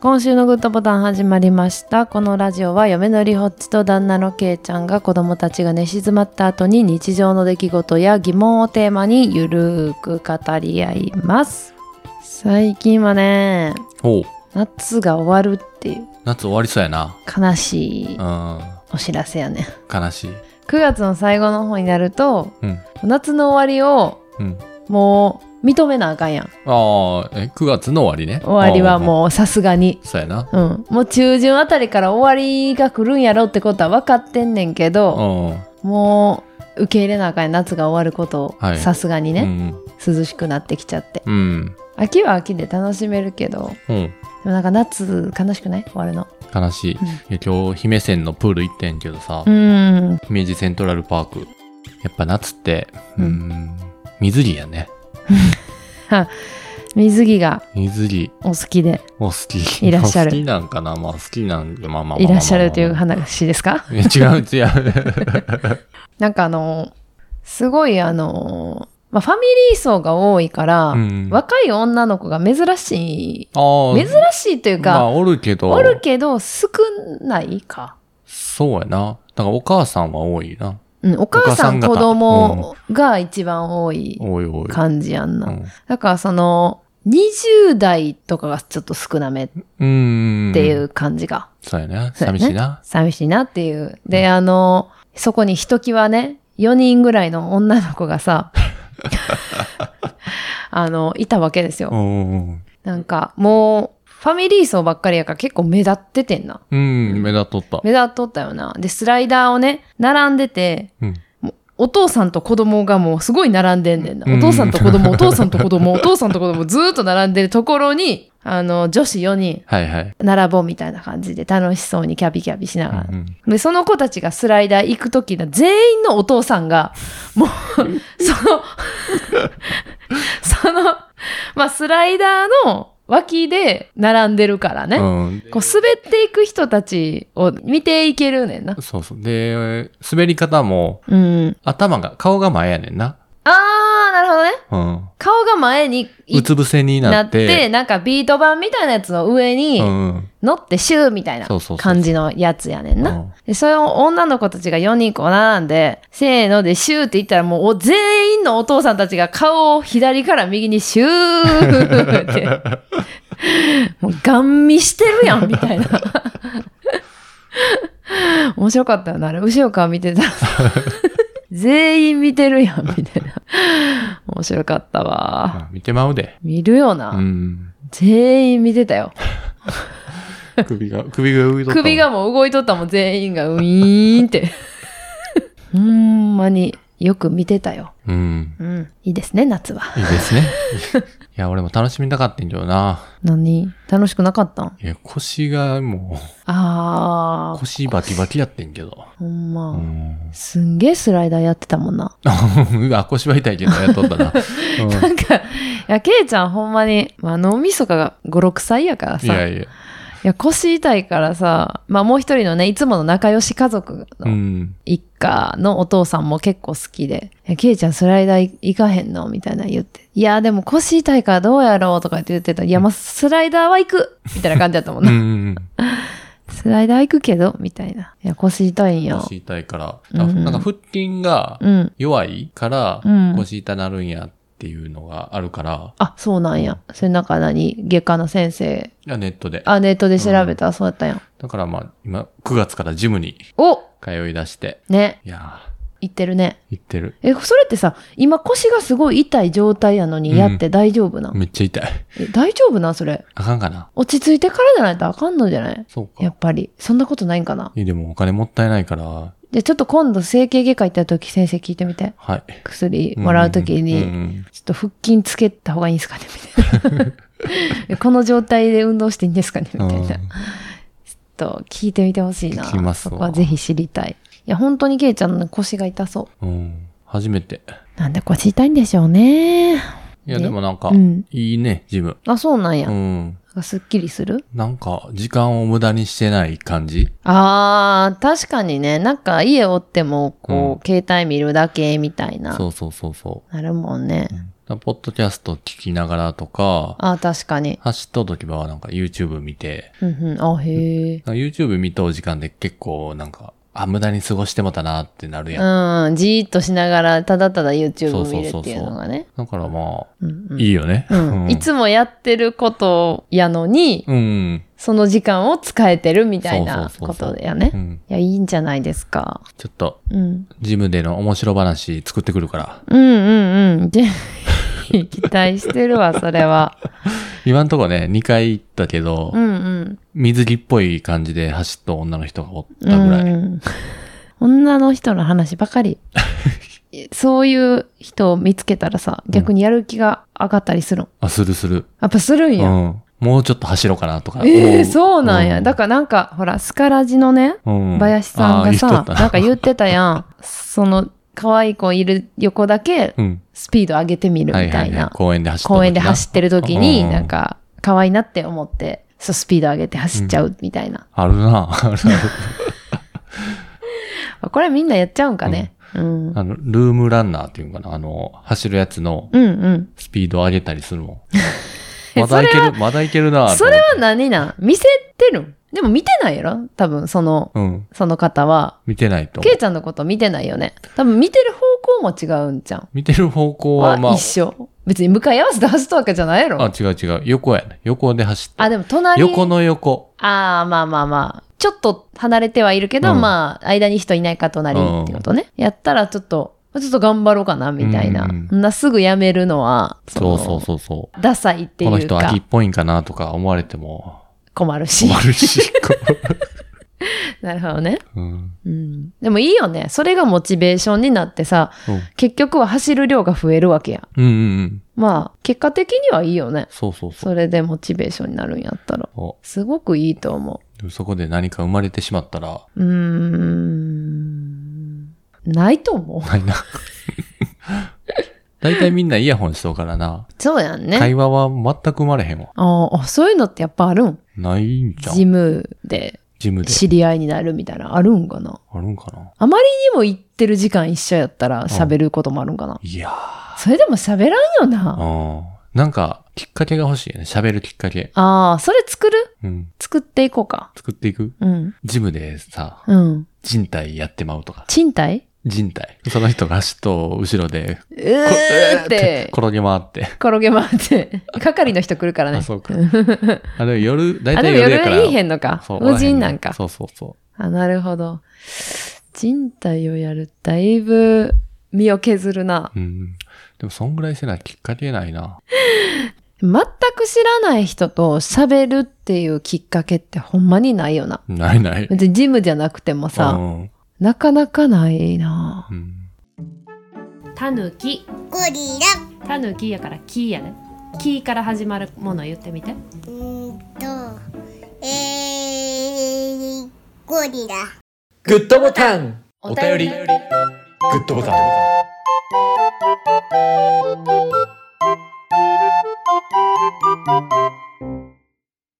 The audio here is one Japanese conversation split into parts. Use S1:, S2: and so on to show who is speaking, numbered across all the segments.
S1: 今週のグッドボタン始まりましたこのラジオは嫁のりほっちと旦那のけいちゃんが子供たちが寝静まった後に日常の出来事や疑問をテーマにゆるーく語り合います最近はね
S2: おう
S1: 夏が終わるっていう
S2: 夏終わりそうやな。
S1: 悲しい
S2: うん。
S1: お知らせやね
S2: 悲しい。
S1: 9月の最後の方になると
S2: うん。
S1: 夏の終わりを
S2: うん。
S1: もう認めなあかんやん
S2: ああ、え、9月の終わりね。
S1: 終わりは
S2: う。
S1: もうさすがに
S2: そうやな。
S1: うん、もう中旬あたりから終わりが来るんやろってことは分かってんねんけ
S2: う
S1: ど、
S2: ん。
S1: もう受け入れなあかんや夏が終わることを
S2: はい
S1: さすがに
S2: う
S1: ね、
S2: ん
S1: 涼しくなってきちゃって
S2: うん。うん。
S1: 秋は秋で楽しめるけど
S2: うん。
S1: でもなんか夏悲しくない終わるの
S2: 悲しい。いや今日、姫線のプール行ってんけどさ、
S1: うん
S2: 姫路セントラルパーク。やっぱ夏って、う
S1: うん
S2: ん、水着やね。
S1: 水着が
S2: 水着、
S1: お好きで
S2: お好き。
S1: いらっしゃる
S2: 好きなんかなまあ好きなんで、まあまあまあまあまあ
S1: いらっしゃるという話ですか
S2: え違 う違う。
S1: なんかあのすごいあの、まあ、ファミリー層が多いから、
S2: うん
S1: 若い女の子が珍しい
S2: ああ。
S1: 珍しいというか、
S2: まあ、おるけど。
S1: おるけど少ないか、
S2: そうやな。だからお母さんは多いな。
S1: うん、お母さん
S2: お母さん方
S1: 子供が一番多い
S2: 多い多い。
S1: 感じやんな、
S2: うん
S1: だからその20代とかがちょっと少なめっ
S2: うーん。
S1: ていう。感じが、
S2: そうやね。
S1: そうやね
S2: 寂しいな。
S1: 寂しいなっていうで、あのそこにひときわね4人ぐらいの女の子が さあのいたわけですよ、
S2: うん。
S1: なんかもうファミリー層ばっかりやから結構目立っててんな
S2: うん、目立っとった。
S1: 目立っとったよなでスライダーをね並んでて
S2: うん。
S1: お父さんと子供がもうすごい並んでんねんな。
S2: うん
S1: お父さんと子供、お父さんと子供、お父さんと子供ずーっと並んでるところに、あの、女子4人
S2: はいはい。
S1: 並ぼうみたいな感じで楽しそうにキャビキャビしながら。
S2: うん
S1: で、その子たちがスライダー行くときの全員のお父さんが、もう、その、その、まあ、スライダーの脇で並んでるからね。
S2: うん。
S1: こう滑っていく人たちを見ていけるねんな。
S2: そうそう。で、滑り方も、
S1: うん。
S2: 頭が、顔が前やねんな。
S1: あー、なるほどね。
S2: うん。
S1: 顔が前に
S2: うつ伏せに
S1: な
S2: な
S1: っ
S2: って。
S1: て、なんかビート板みたいなやつの上に
S2: うん。
S1: 乗ってシューみたいな
S2: そうそうそう
S1: 感じのやつやねん
S2: う
S1: な。
S2: ん
S1: で、それを女の子たちが4人こう並んで、せーのでシューって言ったらもうお全員のお父さんたちが顔を左から右にシューって。 もうガン見してるやんみたいな。面白かったよな、あれ。後ろから見てたら。 全員見てるやんみたいな。面白かったわ。
S2: あ見てまうで。
S1: 見るよな。
S2: うん。
S1: 全員見てたよ。
S2: 首が、首が浮いとったもん
S1: 首が。もう動いとったもん、全員がウィーン って。ほんまによく見てたよ。
S2: うん。
S1: うん。いいですね、夏は。
S2: いいですね。いや、俺も楽しみたかったんけどな。
S1: 何楽しくなかったん
S2: いや、腰がもう、
S1: あー、
S2: 腰バキバキやってんけど。
S1: ほんま。
S2: うん。
S1: すんげえスライダーやってたもんな。
S2: うわ、腰は痛いけどやっとった な。うん
S1: なんか、いや、ケイちゃんほんまに、まあ、脳みそが5、6歳やからさ、い
S2: い
S1: や
S2: やいや。
S1: 腰痛いからさ、まあもう一人のね、いつもの仲良し家族
S2: う
S1: の
S2: ん。
S1: 一家のお父さんも結構好きで、いやケイちゃんスライダー行かへんのみたいなの言って、いや、でも腰痛いからどうやろうとかって言ってた、いや、まあスライダーは行くみたいな感じだったもん
S2: う
S1: な。
S2: ん。
S1: スライダー行くけど、みたいな。いや、腰痛いんや。
S2: 腰痛いから。
S1: うんうん
S2: なんか腹筋が
S1: うん。
S2: 弱いから
S1: うん
S2: 腰痛なるんやっていうのがあるから、
S1: あ、そうなんや。それなんか何外科の先生。
S2: いやネットで。
S1: あ、ネットで調べたらそうやったんや。
S2: だからまあ、今、9月からジムに
S1: お
S2: 通い出して、
S1: ね、
S2: いや
S1: 行ってるね。
S2: ー、行ってる。
S1: え、それってさ、今腰がすごい痛い状態やのにやって大丈夫なん、
S2: めっちゃ痛い。
S1: え大丈夫なんそれ。
S2: あかんかな。
S1: 落ち着いてからじゃないとあかんのじゃない
S2: そうか。
S1: やっぱり。そんなことないんかない
S2: やでもお金もったいないから、
S1: で、ちょっと今度整形外科行った時先生聞いてみて。
S2: はい。
S1: 薬もらう時に、
S2: うんうん
S1: ちょっと腹筋つけた方がいいんですかねみたい な。えこの状態で運動していいんですかねみ
S2: う
S1: た
S2: ん
S1: いな。ちょっと聞いてみてほしいな。
S2: 聞きます
S1: そ
S2: わ
S1: こはぜひ知りたい。いや、本当にケイちゃんの腰が痛そう。
S2: うんうん。初めて。
S1: なんで腰痛いんでしょうね。
S2: いや、でもなんか
S1: う、ん。
S2: いいね、ジム。
S1: あ、そうなんや。
S2: うん。
S1: かすっきりする
S2: なんか、時間を無駄にしてない感じ
S1: あー、確かにね、なんか家おっても、こう、
S2: う
S1: 携帯見るだけみたいな、
S2: そうそうそうそ
S1: なるもんね。
S2: う。だポッドキャスト聞きながらとか、
S1: あー、確かに。
S2: 走っとうときはなんか YouTube 見て、
S1: うんうん、あ、へえ。
S2: なんか YouTube 見とう時間で結構なんか、あ、無駄に過ごしてもたなってなるやん。
S1: うん、じーっとしながら、ただただ YouTube 見る
S2: そうそうそうそう
S1: っていうのがね。
S2: だからまあ、
S1: うんうん
S2: いいよね。
S1: うんいつもやってることやのに、
S2: うん。
S1: その時間を使えてるみたいな
S2: そう
S1: こ
S2: そうそうそう
S1: とだよね
S2: う。ん。
S1: いや、いいんじゃないですか。
S2: ちょっと、
S1: うん。
S2: ジムでの面白話作ってくるから。
S1: うんうんう ん。で期待してるわ、それは。
S2: 今んとこね、2回行ったけど、
S1: うんうん。
S2: 水着っぽい感じで走った女の人がおっ
S1: う
S2: たぐらい。
S1: ん、女の人の話ばかり。 そういう人を見つけたらさ、逆にやる気が上がったりするん。
S2: あ、するする。
S1: やっぱするん
S2: う
S1: や。
S2: ん。もうちょっと走ろうかなとか。
S1: ええそうなんや。だ
S2: か
S1: からなんか、ほら、スカラジのね、
S2: ら、うん
S1: 林さんがさ、
S2: あー言っとった
S1: なんか言ってたやん。その、可愛い子いる横だけ、
S2: うん。
S1: スピード上げてみるみ
S2: はい
S1: た
S2: はいいはい
S1: な。。
S2: 公園で走った時な
S1: 公園で走ってる時に、
S2: うん
S1: なんか、可愛いなって思って、そう、スピード上げて走っちゃうみたいな。
S2: あるな。あるある
S1: これみんなやっちゃうんかね。うん。うん
S2: あの、ルームランナーっていうのかな。あの、走るやつの
S1: うん。
S2: スピードを上げたりするもん。
S1: え
S2: ま
S1: そ
S2: だ
S1: れ
S2: いけ
S1: は
S2: る、まだいけるなと思って
S1: それは何なん見せてるんでも見てないやろ多分、その、
S2: うん。
S1: その方は。
S2: 見てないと思
S1: ケイ
S2: う。
S1: ちゃんのこと見てないよね。多分見てる方向も違うんじゃん。
S2: 見てる方向
S1: は
S2: は、まあ
S1: 一、緒。別に向かい合わせて走ったわけじゃないやろ。
S2: あ、違う違う。横やね。横で走った。
S1: あ、でも隣。
S2: 横の横。
S1: ああ、まあまあまあ。ちょっと離れてはいるけど、
S2: うん
S1: まあ、間に人いないか隣っていうことね。やったらちょっと、ちょっと頑張ろうかな、みたいな。
S2: うんうん
S1: そんなすぐやめるのは、
S2: そう
S1: の
S2: そうそうそう。
S1: ダサいって
S2: この
S1: いう
S2: 人
S1: か
S2: 秋っ、ぽいんかなとか思われても、
S1: 困るし。
S2: 困るし。こ
S1: なるほどね。
S2: ううん。
S1: うん。でもいいよね。それがモチベーションになってさ、
S2: うん
S1: 結局は走る量が増えるわけや。
S2: うんうんうん。
S1: まあ、結果的にはいいよね。
S2: そうそうそう。
S1: それでモチベーションになるんやったら。
S2: そ
S1: すごくいいと思う。
S2: うでもそこで何か生まれてしまったら、
S1: うーん。ないと思う。
S2: ないな。大体みんなイヤホンしとうからな。
S1: そうやんね。
S2: 会話は全く生まれへんわ。
S1: ああ、そういうのってやっぱあるん
S2: ないんじゃ
S1: ジ
S2: ん。
S1: ムで
S2: ジムで。
S1: 知り合いになるみたいな、あるんかな
S2: あるんかな
S1: あまりにも行ってる時間一緒やったら喋ることもあるんかな、
S2: いやー。
S1: それでも喋らんよな。
S2: うん。なんか、きっかけが欲しいよね。喋るきっかけ。
S1: ああ、それ作る
S2: うん。
S1: 作っていこうか。
S2: 作っていく
S1: うん。
S2: ジムでさ、
S1: うん。
S2: 人体やってまうとか。
S1: 賃貸
S2: 人体。その人が足と後ろで、
S1: うーって、
S2: 転げ回って。
S1: 転げ回って。 係の人来るからね
S2: あ、。そうか。あ、でも夜、大
S1: あ、で
S2: 体
S1: も
S2: 夜やから。
S1: 夜いいへんのか。
S2: そう
S1: 無人なんか。
S2: そうそうそ
S1: あ、なるほど。人体をやる、だいぶ身を削るな。
S2: う。うん。でも、そんぐらいせな、きっかけないな。
S1: 全く知らない人と喋るっていうきっかけってほんまにないよな。
S2: ないない。
S1: 別にジムじゃなくても
S2: う
S1: さ、
S2: ん
S1: なかなかないな。
S2: うん。
S1: たぬき。
S3: ゴリラ。
S1: たぬきやからきやね。きから始まるもの言ってみて。
S3: うーんと、えー、ゴリラ。
S4: グッドボタン
S2: お便り、グッドボタン。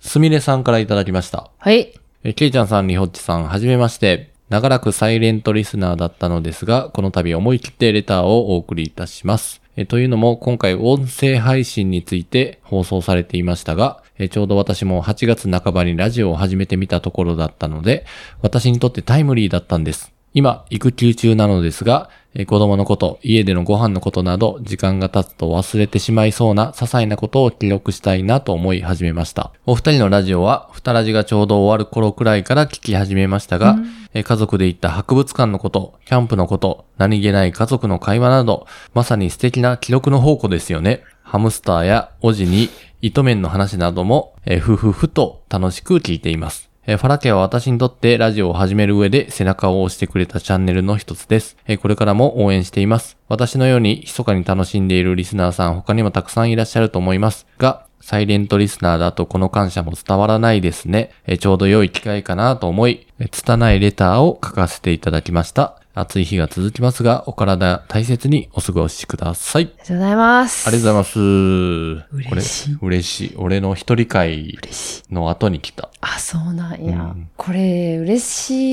S2: すみれさんからいただきました。
S1: はい。
S2: えー、ケイちゃんさん、リホッチさん、はじめまして。長らくサイレントリスナーだったのですが、この度思い切ってレターをお送りいたします。えーというのも、今回音声配信について放送されていましたが、えーちょうど私も8月半ばにラジオを始めてみたところだったので、私にとってタイムリーだったんです。今、育休中なのですが、えー子供のこと、家でのご飯のことなど、時間が経つと忘れてしまいそうな些細なことを記録したいなと思い始めました。お二人のラジオは、二ラジがちょうど終わる頃くらいから聞き始めましたが、えー家族で行った博物館のこと、キャンプのこと、何気ない家族の会話など、まさに素敵な記録の宝庫ですよね。ハムスターやおじに、糸面の話なども、えーふふふと楽しく聞いています。えーファラケは私にとってラジオを始める上で背中を押してくれたチャンネルの一つです。えーこれからも応援しています。私のように密かに楽しんでいるリスナーさん他にもたくさんいらっしゃると思いますが、サイレントリスナーだとこの感謝も伝わらないですね。えーちょうど良い機会かなと思い、えー拙いレターを書かせていただきました。暑い日が続きますが、お体大切にお過ごしください。
S1: りがとうございます。
S2: ありがとうございます。
S1: 嬉しい
S2: これ嬉しい。俺の一人会
S1: 嬉しい。
S2: の後に来た。
S1: あ、そうなんや。
S2: うん
S1: これ、嬉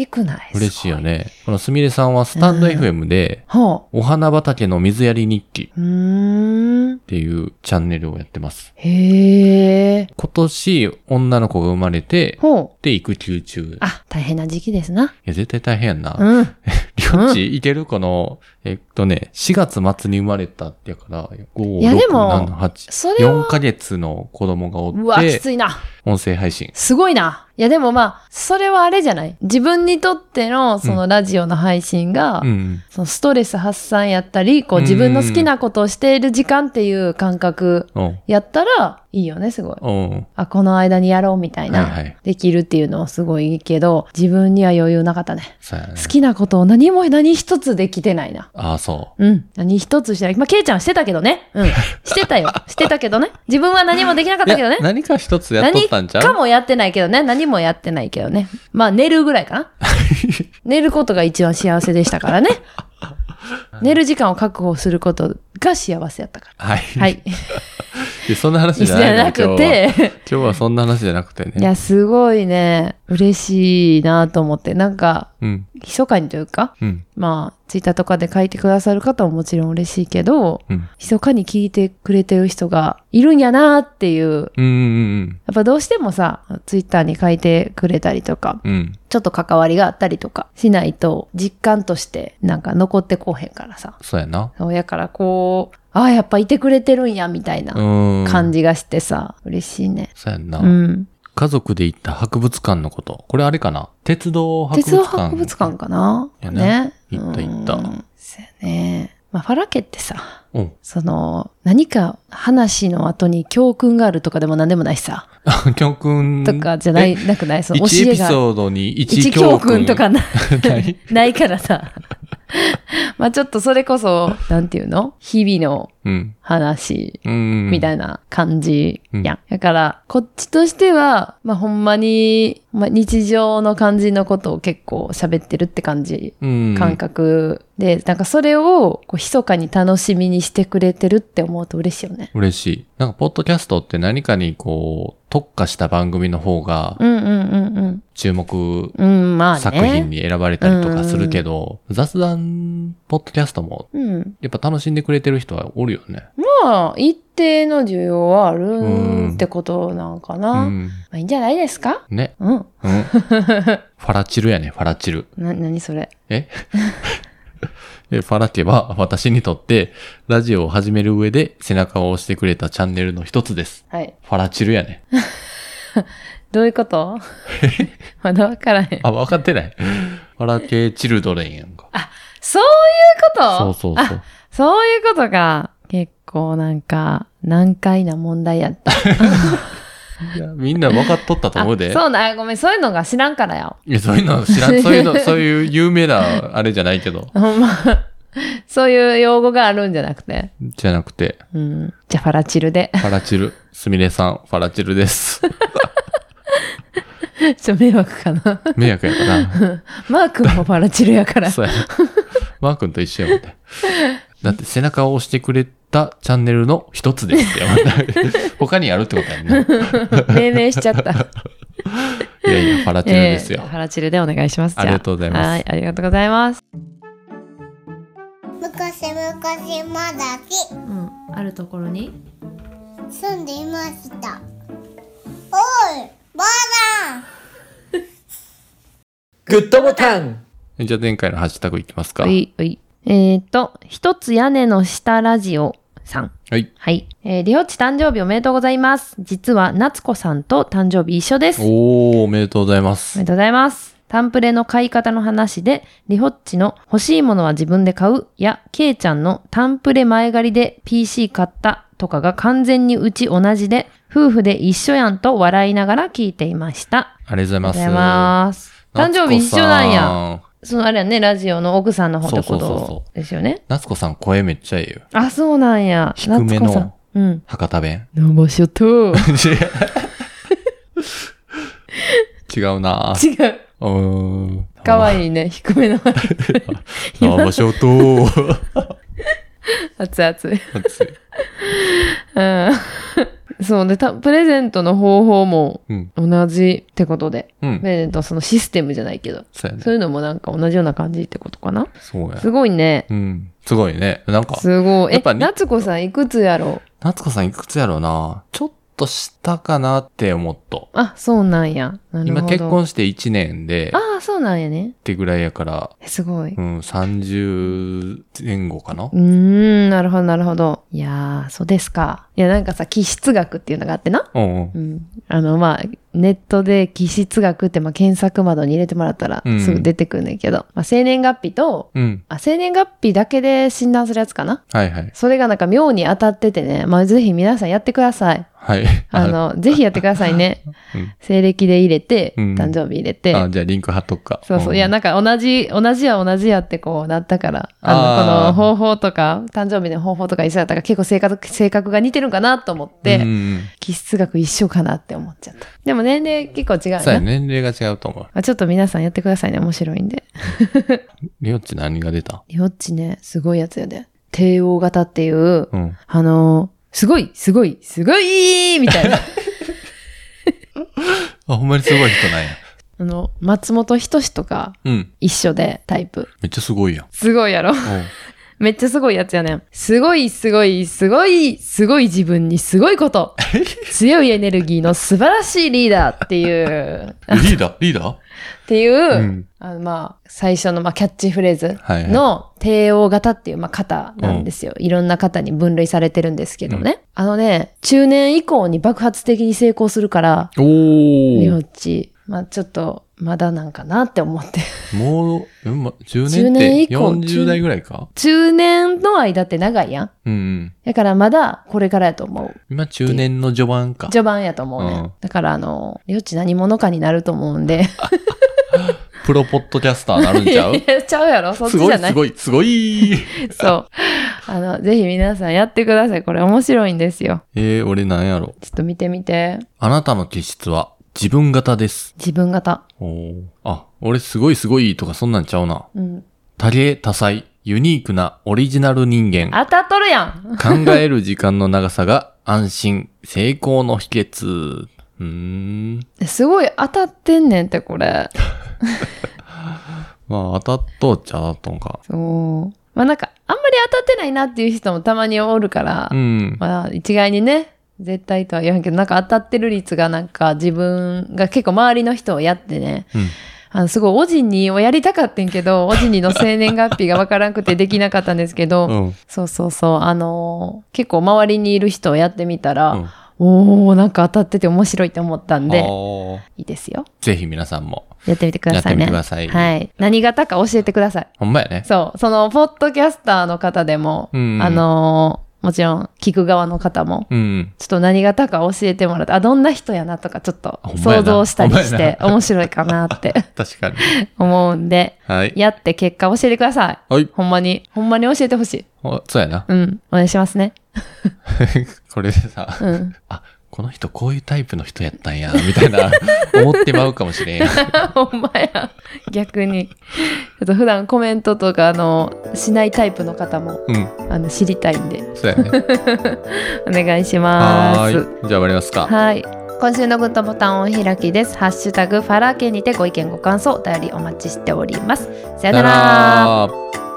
S1: しくない
S2: 嬉しいよ。ね。このすみれさんはスタンド
S1: うん
S2: FM で、
S1: すごいほ
S2: お花畑の水やり日記っ
S1: う。うーん。
S2: ていうチャンネルをやってます。
S1: へえ。
S2: 今年女の子が生まれて、
S1: ほう。
S2: で、育休中。い
S1: あ、大変な時期ですな。
S2: や、絶対大変やんな。
S1: うん。あ
S2: りょっち、いけるこの、えっとね、4月末に生まれたってやから、5、
S1: いやで
S2: 6、
S1: も
S2: 7、8。
S1: それは
S2: 4ヶ月の子供がお
S1: うわ、
S2: っ
S1: き
S2: て、
S1: ついな。
S2: 音声配信。
S1: すごいな。いや、でもまあ、それはあれじゃない自分にとっての、そのラジオの配信が、
S2: うん。
S1: そのストレス発散やったり、こう自分の好きなことをしている時間っていう感覚
S2: うん。
S1: やったらいいよね、すごい。
S2: うん。
S1: あ、この間にやろうみたいな、
S2: はいはい
S1: できるっていうのはすごいいいけど、自分には余裕なかったね。
S2: そうやね。
S1: 好きなことを何も何一つできてないな。
S2: ああ、そ
S1: うん。何一つしてない。まあ、ケイちゃんはしてたけどね。うん。してたよ。してたけどね。自分は何もできなかっ
S2: う。
S1: たけどね
S2: いや。何か一つやっと
S1: 何
S2: ったんちゃう
S1: かもやってないけどね。何もやってないけどね。まあ寝るぐらい かな。寝ることが一番幸せでしたからね。寝る時間を確保することが幸せやったから。
S2: はい。
S1: はい。
S2: でそんな話
S1: じ
S2: じゃない
S1: ゃ
S2: の
S1: なく。て、
S2: 今日は今日はそんな話じゃなくて
S1: い
S2: ね。
S1: や、すごいね、嬉しいなと思って、なんか、
S2: うん。
S1: 密かにというか、
S2: うん。
S1: まあ、ツイッターとかで書いてくださる方ももちろん嬉しいけど、
S2: うん。
S1: 密かに聞いてくれてる人がいるんやなっていう、
S2: うん。うん。
S1: やっぱどうしてもさ、ツイッターに書いてくれたりとか、
S2: うん。うん
S1: ちょっと関わりがあったりとかしないと実感としてなんか残ってこうへんからさ。
S2: そうやな。
S1: そうやからこう、ああ、やっぱいてくれてるんやみたいな
S2: うん。
S1: 感。じがしてさ、嬉しいね。
S2: そうやんな、
S1: うん。
S2: 家族で行った博物館のこと。これあれかな鉄道博物館。
S1: 鉄道博物館かな
S2: やな
S1: ね。
S2: 行った行った
S1: うんそうやね。まあ、ファラ家ってさ、
S2: うん。
S1: その、何か話の後に教訓があるとかでも何でもないしさ、
S2: 教訓。
S1: とかじゃな
S2: え
S1: い、なくないその教
S2: 一エ
S1: え
S2: ピ
S1: が。
S2: ソードに
S1: 一
S2: 一
S1: 教
S2: 教
S1: 訓
S2: 訓
S1: とかな
S2: ない
S1: ないからさ。まあちょっとそれこそ、なんていうの日々の
S2: うん。
S1: 話
S2: うん。
S1: みた
S2: い
S1: いな感じやん。
S2: うん
S1: だから、こっちとしては、まあほんまに、まあ、日常の感じのことを結構喋ってるって感じ。
S2: な。うん。
S1: 感覚で、なんかそれを、こう、密かに楽しみにしてくれてるって思うと嬉しいよね。
S2: 嬉しい。なんか、ポッドキャストって何かにこう、特化した番組の方が
S1: うんうんうん
S2: 注目
S1: うん。うん、まあね。
S2: 作品に選ばれたりとかするけど、雑談、ポッドキャストも、
S1: うん。
S2: やっぱ楽しんでくれてる人はおるよね。
S1: まあ、一定の需要はある
S2: うん
S1: んってことなんか
S2: う
S1: な。
S2: ん。
S1: まあいいんじゃないですか
S2: ね。
S1: うん。
S2: うん。 ファラチルやね、ファラチル。
S1: な、なにそれ。
S2: え えファラ家は 私にとって、ラジオを始める上で背中を押してくれたチャンネルの一つです。
S1: はい。
S2: ファラチルやね。
S1: どういうこと まだわからへん。
S2: あ、分かってない。 ファラ家チルドレンやんか。
S1: そういうこと
S2: そうそうそう
S1: あ。そういうことか。結構なんか、難解な問題やった。
S2: いやみんな分かっとったと思うで。
S1: あそうな、ごめん、そういうのが知らんからよ。
S2: いや、そういうの知 らん、そういうの、そういう有名な、あれじゃないけど。
S1: ほんま。そういう用語があるんじゃなくて。
S2: じゃなくて、
S1: うん。じゃあ、ファラチルで。
S2: ファラチル、すみれさん、ファラチルです。
S1: ちょ、迷惑かな。
S2: 迷惑やか
S1: マー君もファラチルやから
S2: な。。そうや。マー君と一緒やもんね。だって背中を押してくれたチャンネルの一つです よ。他にあるってことやんね。
S1: 命名しちゃ った。
S2: いやいや、ファラチルですよ
S1: ええ。ファラチルでお願いします。じゃ
S2: ありがとうございます
S1: はい、ありがとうございます。
S3: 昔昔まだき
S1: うん。あるところに
S3: 住んでいましたおいばあ
S4: グッドボタン
S2: じゃあ前回のハッシュタグいきますか。
S1: うい、うい。えっ、と、一つ屋根の下ラジオさん。
S2: はい。
S1: はい。えー、りほち誕生日おめでとうございます。実は、夏子さんと誕生日一緒です。お
S2: おー、おめでとうございま
S1: め
S2: す。
S1: でとうございます。タンプレの買い方の話で、りほっちの欲しいものは自分で買うや、けいちゃんのタンプレ前借りで PC 買ったとかが完全にうち同じで、夫婦で一緒やんと笑いながら聞いていました。
S2: ありがとう
S1: あり
S2: ござ
S1: が
S2: い
S1: とうござい
S2: ま
S1: ます。
S2: す。
S1: 誕生日一緒なん
S2: 夏子
S1: や。
S2: さん。
S1: そのあれやね、ラジオの奥さんの方ってこ
S2: そうそうそうそ
S1: とですよね。
S2: 夏子さん声めっちゃいいよ。
S1: あ、そうなんや。
S2: 低め
S1: 夏
S2: の
S1: 子さん。うん。
S2: 博多弁。
S1: 伸ばし よと。違う。
S2: 違うなぁ。うーん。
S1: かわいいね。低めの マイク。
S2: 生ショ ート。
S1: 熱々。
S2: 熱い
S1: うん。そうで、たプレゼントの方法も
S2: うん。
S1: 同じってことで。
S2: う
S1: プ
S2: ん。
S1: レゼントのそのシステムじゃないけど。
S2: そうやね
S1: そ。ういうのもなんか同じような感じってことかな。
S2: そうや。
S1: すごいね。
S2: うん。すごいね。なんか、
S1: すごい。
S2: や
S1: え、
S2: っぱね
S1: 夏子さんいくつやろう
S2: 夏子さんいくつやろうなちょっとしたかなって思っと。
S1: あ、そうなんや。なるほど。
S2: 今結。婚して1年で、っ
S1: ああ、そうなんやね。
S2: てぐらいやから、
S1: えすごい。
S2: う、
S1: うん
S2: 30前後かな
S1: ーん、なるほど、なるほど。いやー、そうですか。いや、なんかさ、気質学っていうのがあってな。
S2: うんうん
S1: う。ん。あの、まあ、ネットで気質学って、まあ、検索窓に入れてもらったら
S2: うん
S1: すぐ出てくるんだけど、まあ、生年月日と、
S2: うん。
S1: あ、生年月日だけで診断するやつかな。
S2: はいはい。
S1: それがなんか妙に当たっててね、まあ、ぜひ皆さんやってください。
S2: はい。
S1: あ、の、ぜひやってくださいね。
S2: うん
S1: 西暦で入れて、
S2: うん
S1: 誕生日入れて、
S2: あ、じゃあリンク貼っとくか。
S1: そうそう。
S2: ん
S1: いや、なんか同じ、同じや同じやってこうなったから、
S2: あー
S1: あの、この方法とか、誕生日の方法とか一緒だったから結構性格、性格が似てるんかなと思って、
S2: うん
S1: 気質学一緒かなって思っちゃった。でも年齢結構違う
S2: う。
S1: なん
S2: そうや、年齢が違うと思う。
S1: まあちょっと皆さんやってくださいね。面白いんで。
S2: りょっち何が出た
S1: よっちね、すごいやつやで。帝王型っていう、
S2: うん。
S1: あの、すごい、すごい、すごいみた いな。
S2: あ、ほんまにすごい人なんや。
S1: あの、松本人志とか
S2: うん。
S1: 一緒で、タイプ。
S2: めっちゃすごいやん。
S1: すごいやろ
S2: お
S1: めっちゃすごいやつやねん。すごいすごいすごいすごい自分にすごい こと。強いエネルギーの素晴らしいリーダーっていう、
S2: うリーダーリーダ
S1: っていう、
S2: ーうん。
S1: あのまあ、最初のまあキャッチフレーズ
S2: はいはい
S1: の帝王型っていうまあ型なんですよ。いろんな型に分類されてるんですけどね。あのね、中年以降に爆発的に成功するから、
S2: お
S1: りょ
S2: ー。
S1: うち、まあちょっとまだなんかなって思って。
S2: もう、うんま、10
S1: 10年
S2: 年
S1: 以
S2: って
S1: 降
S2: 40代ぐらいか
S1: 中年の間って長いやん。
S2: うんうん。
S1: だからまだこれからやと思う。
S2: 今中年の序盤か。
S1: 序盤やと思うね。
S2: うん
S1: だから、あの、りょっち何者かになると思うんで。
S2: プロポッドキャスターなるんちゃう
S1: いや ちゃうやろそっち
S2: す
S1: じ
S2: ご
S1: ゃ
S2: い、
S1: ない
S2: す。ごい、すごい。
S1: そう。あの、ぜひ皆さんやってください。これ面白いんですよ。
S2: えー、俺なんやろ。
S1: ちょっと見てみて。
S2: あなたの気質は自分型です。
S1: 自分型。
S2: おーあ、俺すごいすごいとかそんなんちゃうな。
S1: うん。
S2: 多芸多彩、ユニークなオリジナル人間。
S1: 当たっとるやん。
S2: 考える時間の長さが安心、成功の秘訣。うーん。
S1: すごい当たってんねんって、これ。
S2: まあ、当たっとっちゃ当たっとんか。
S1: そう。まあなんか、あんまり当たってないなっていう人もたまにおるから、
S2: うん。
S1: まあ一概にね、絶対とは言わんけど、なんか当たってる率がなんか自分が結構周りの人をやってね、
S2: うん。
S1: あの、すごい、オジニをやりたかってんけど、オジニの生年月日がわからんくてできなかったんですけど、
S2: うん。
S1: そうそうそう、あのー結構周りにいる人をやってみた
S2: う
S1: ら、
S2: ん
S1: おー、なんか当たってて面白いって思ったんで、
S2: あー
S1: いいですよ。
S2: ぜひ皆さんも。
S1: やってみてください
S2: やってみ
S1: ね。
S2: てください
S1: はい。何型か教えてください。
S2: ほんまやね。
S1: そう、その、ポッドキャスターの方でも、
S2: うん
S1: あのーもちろん、聞く側の方も、
S2: うん。
S1: ちょっと何型か教えてもらって、あ、どんな人やなとか、ちょっと
S2: ほんまやな
S1: 想像したりし
S2: ほんまや
S1: て、面白いかなって
S2: 確かに。
S1: 思うんで、
S2: はい。
S1: やって結果教えてください。
S2: はい。
S1: ほんまに、ほんまに教えてほしい。
S2: おそうやな。
S1: うん、お願いしますね。
S2: これでさ、
S1: うん。
S2: あ、この人こういうタイプの人やったんや、みたいな、 思ってまうかもしれんやん。
S1: ほんまや。逆に。ちょっと普段コメントとか、あの、しないタイプの方も、
S2: うん。
S1: あの、知りたいんで、
S2: そうやね。
S1: お願いしま
S2: はー
S1: す。
S2: い。じゃあ終わりますか。
S1: はい。今週のグッドボタンお開きです。ハッシュタグファラー系にてご意見ご感想お便りお待ちしております。さよなら。
S2: ら。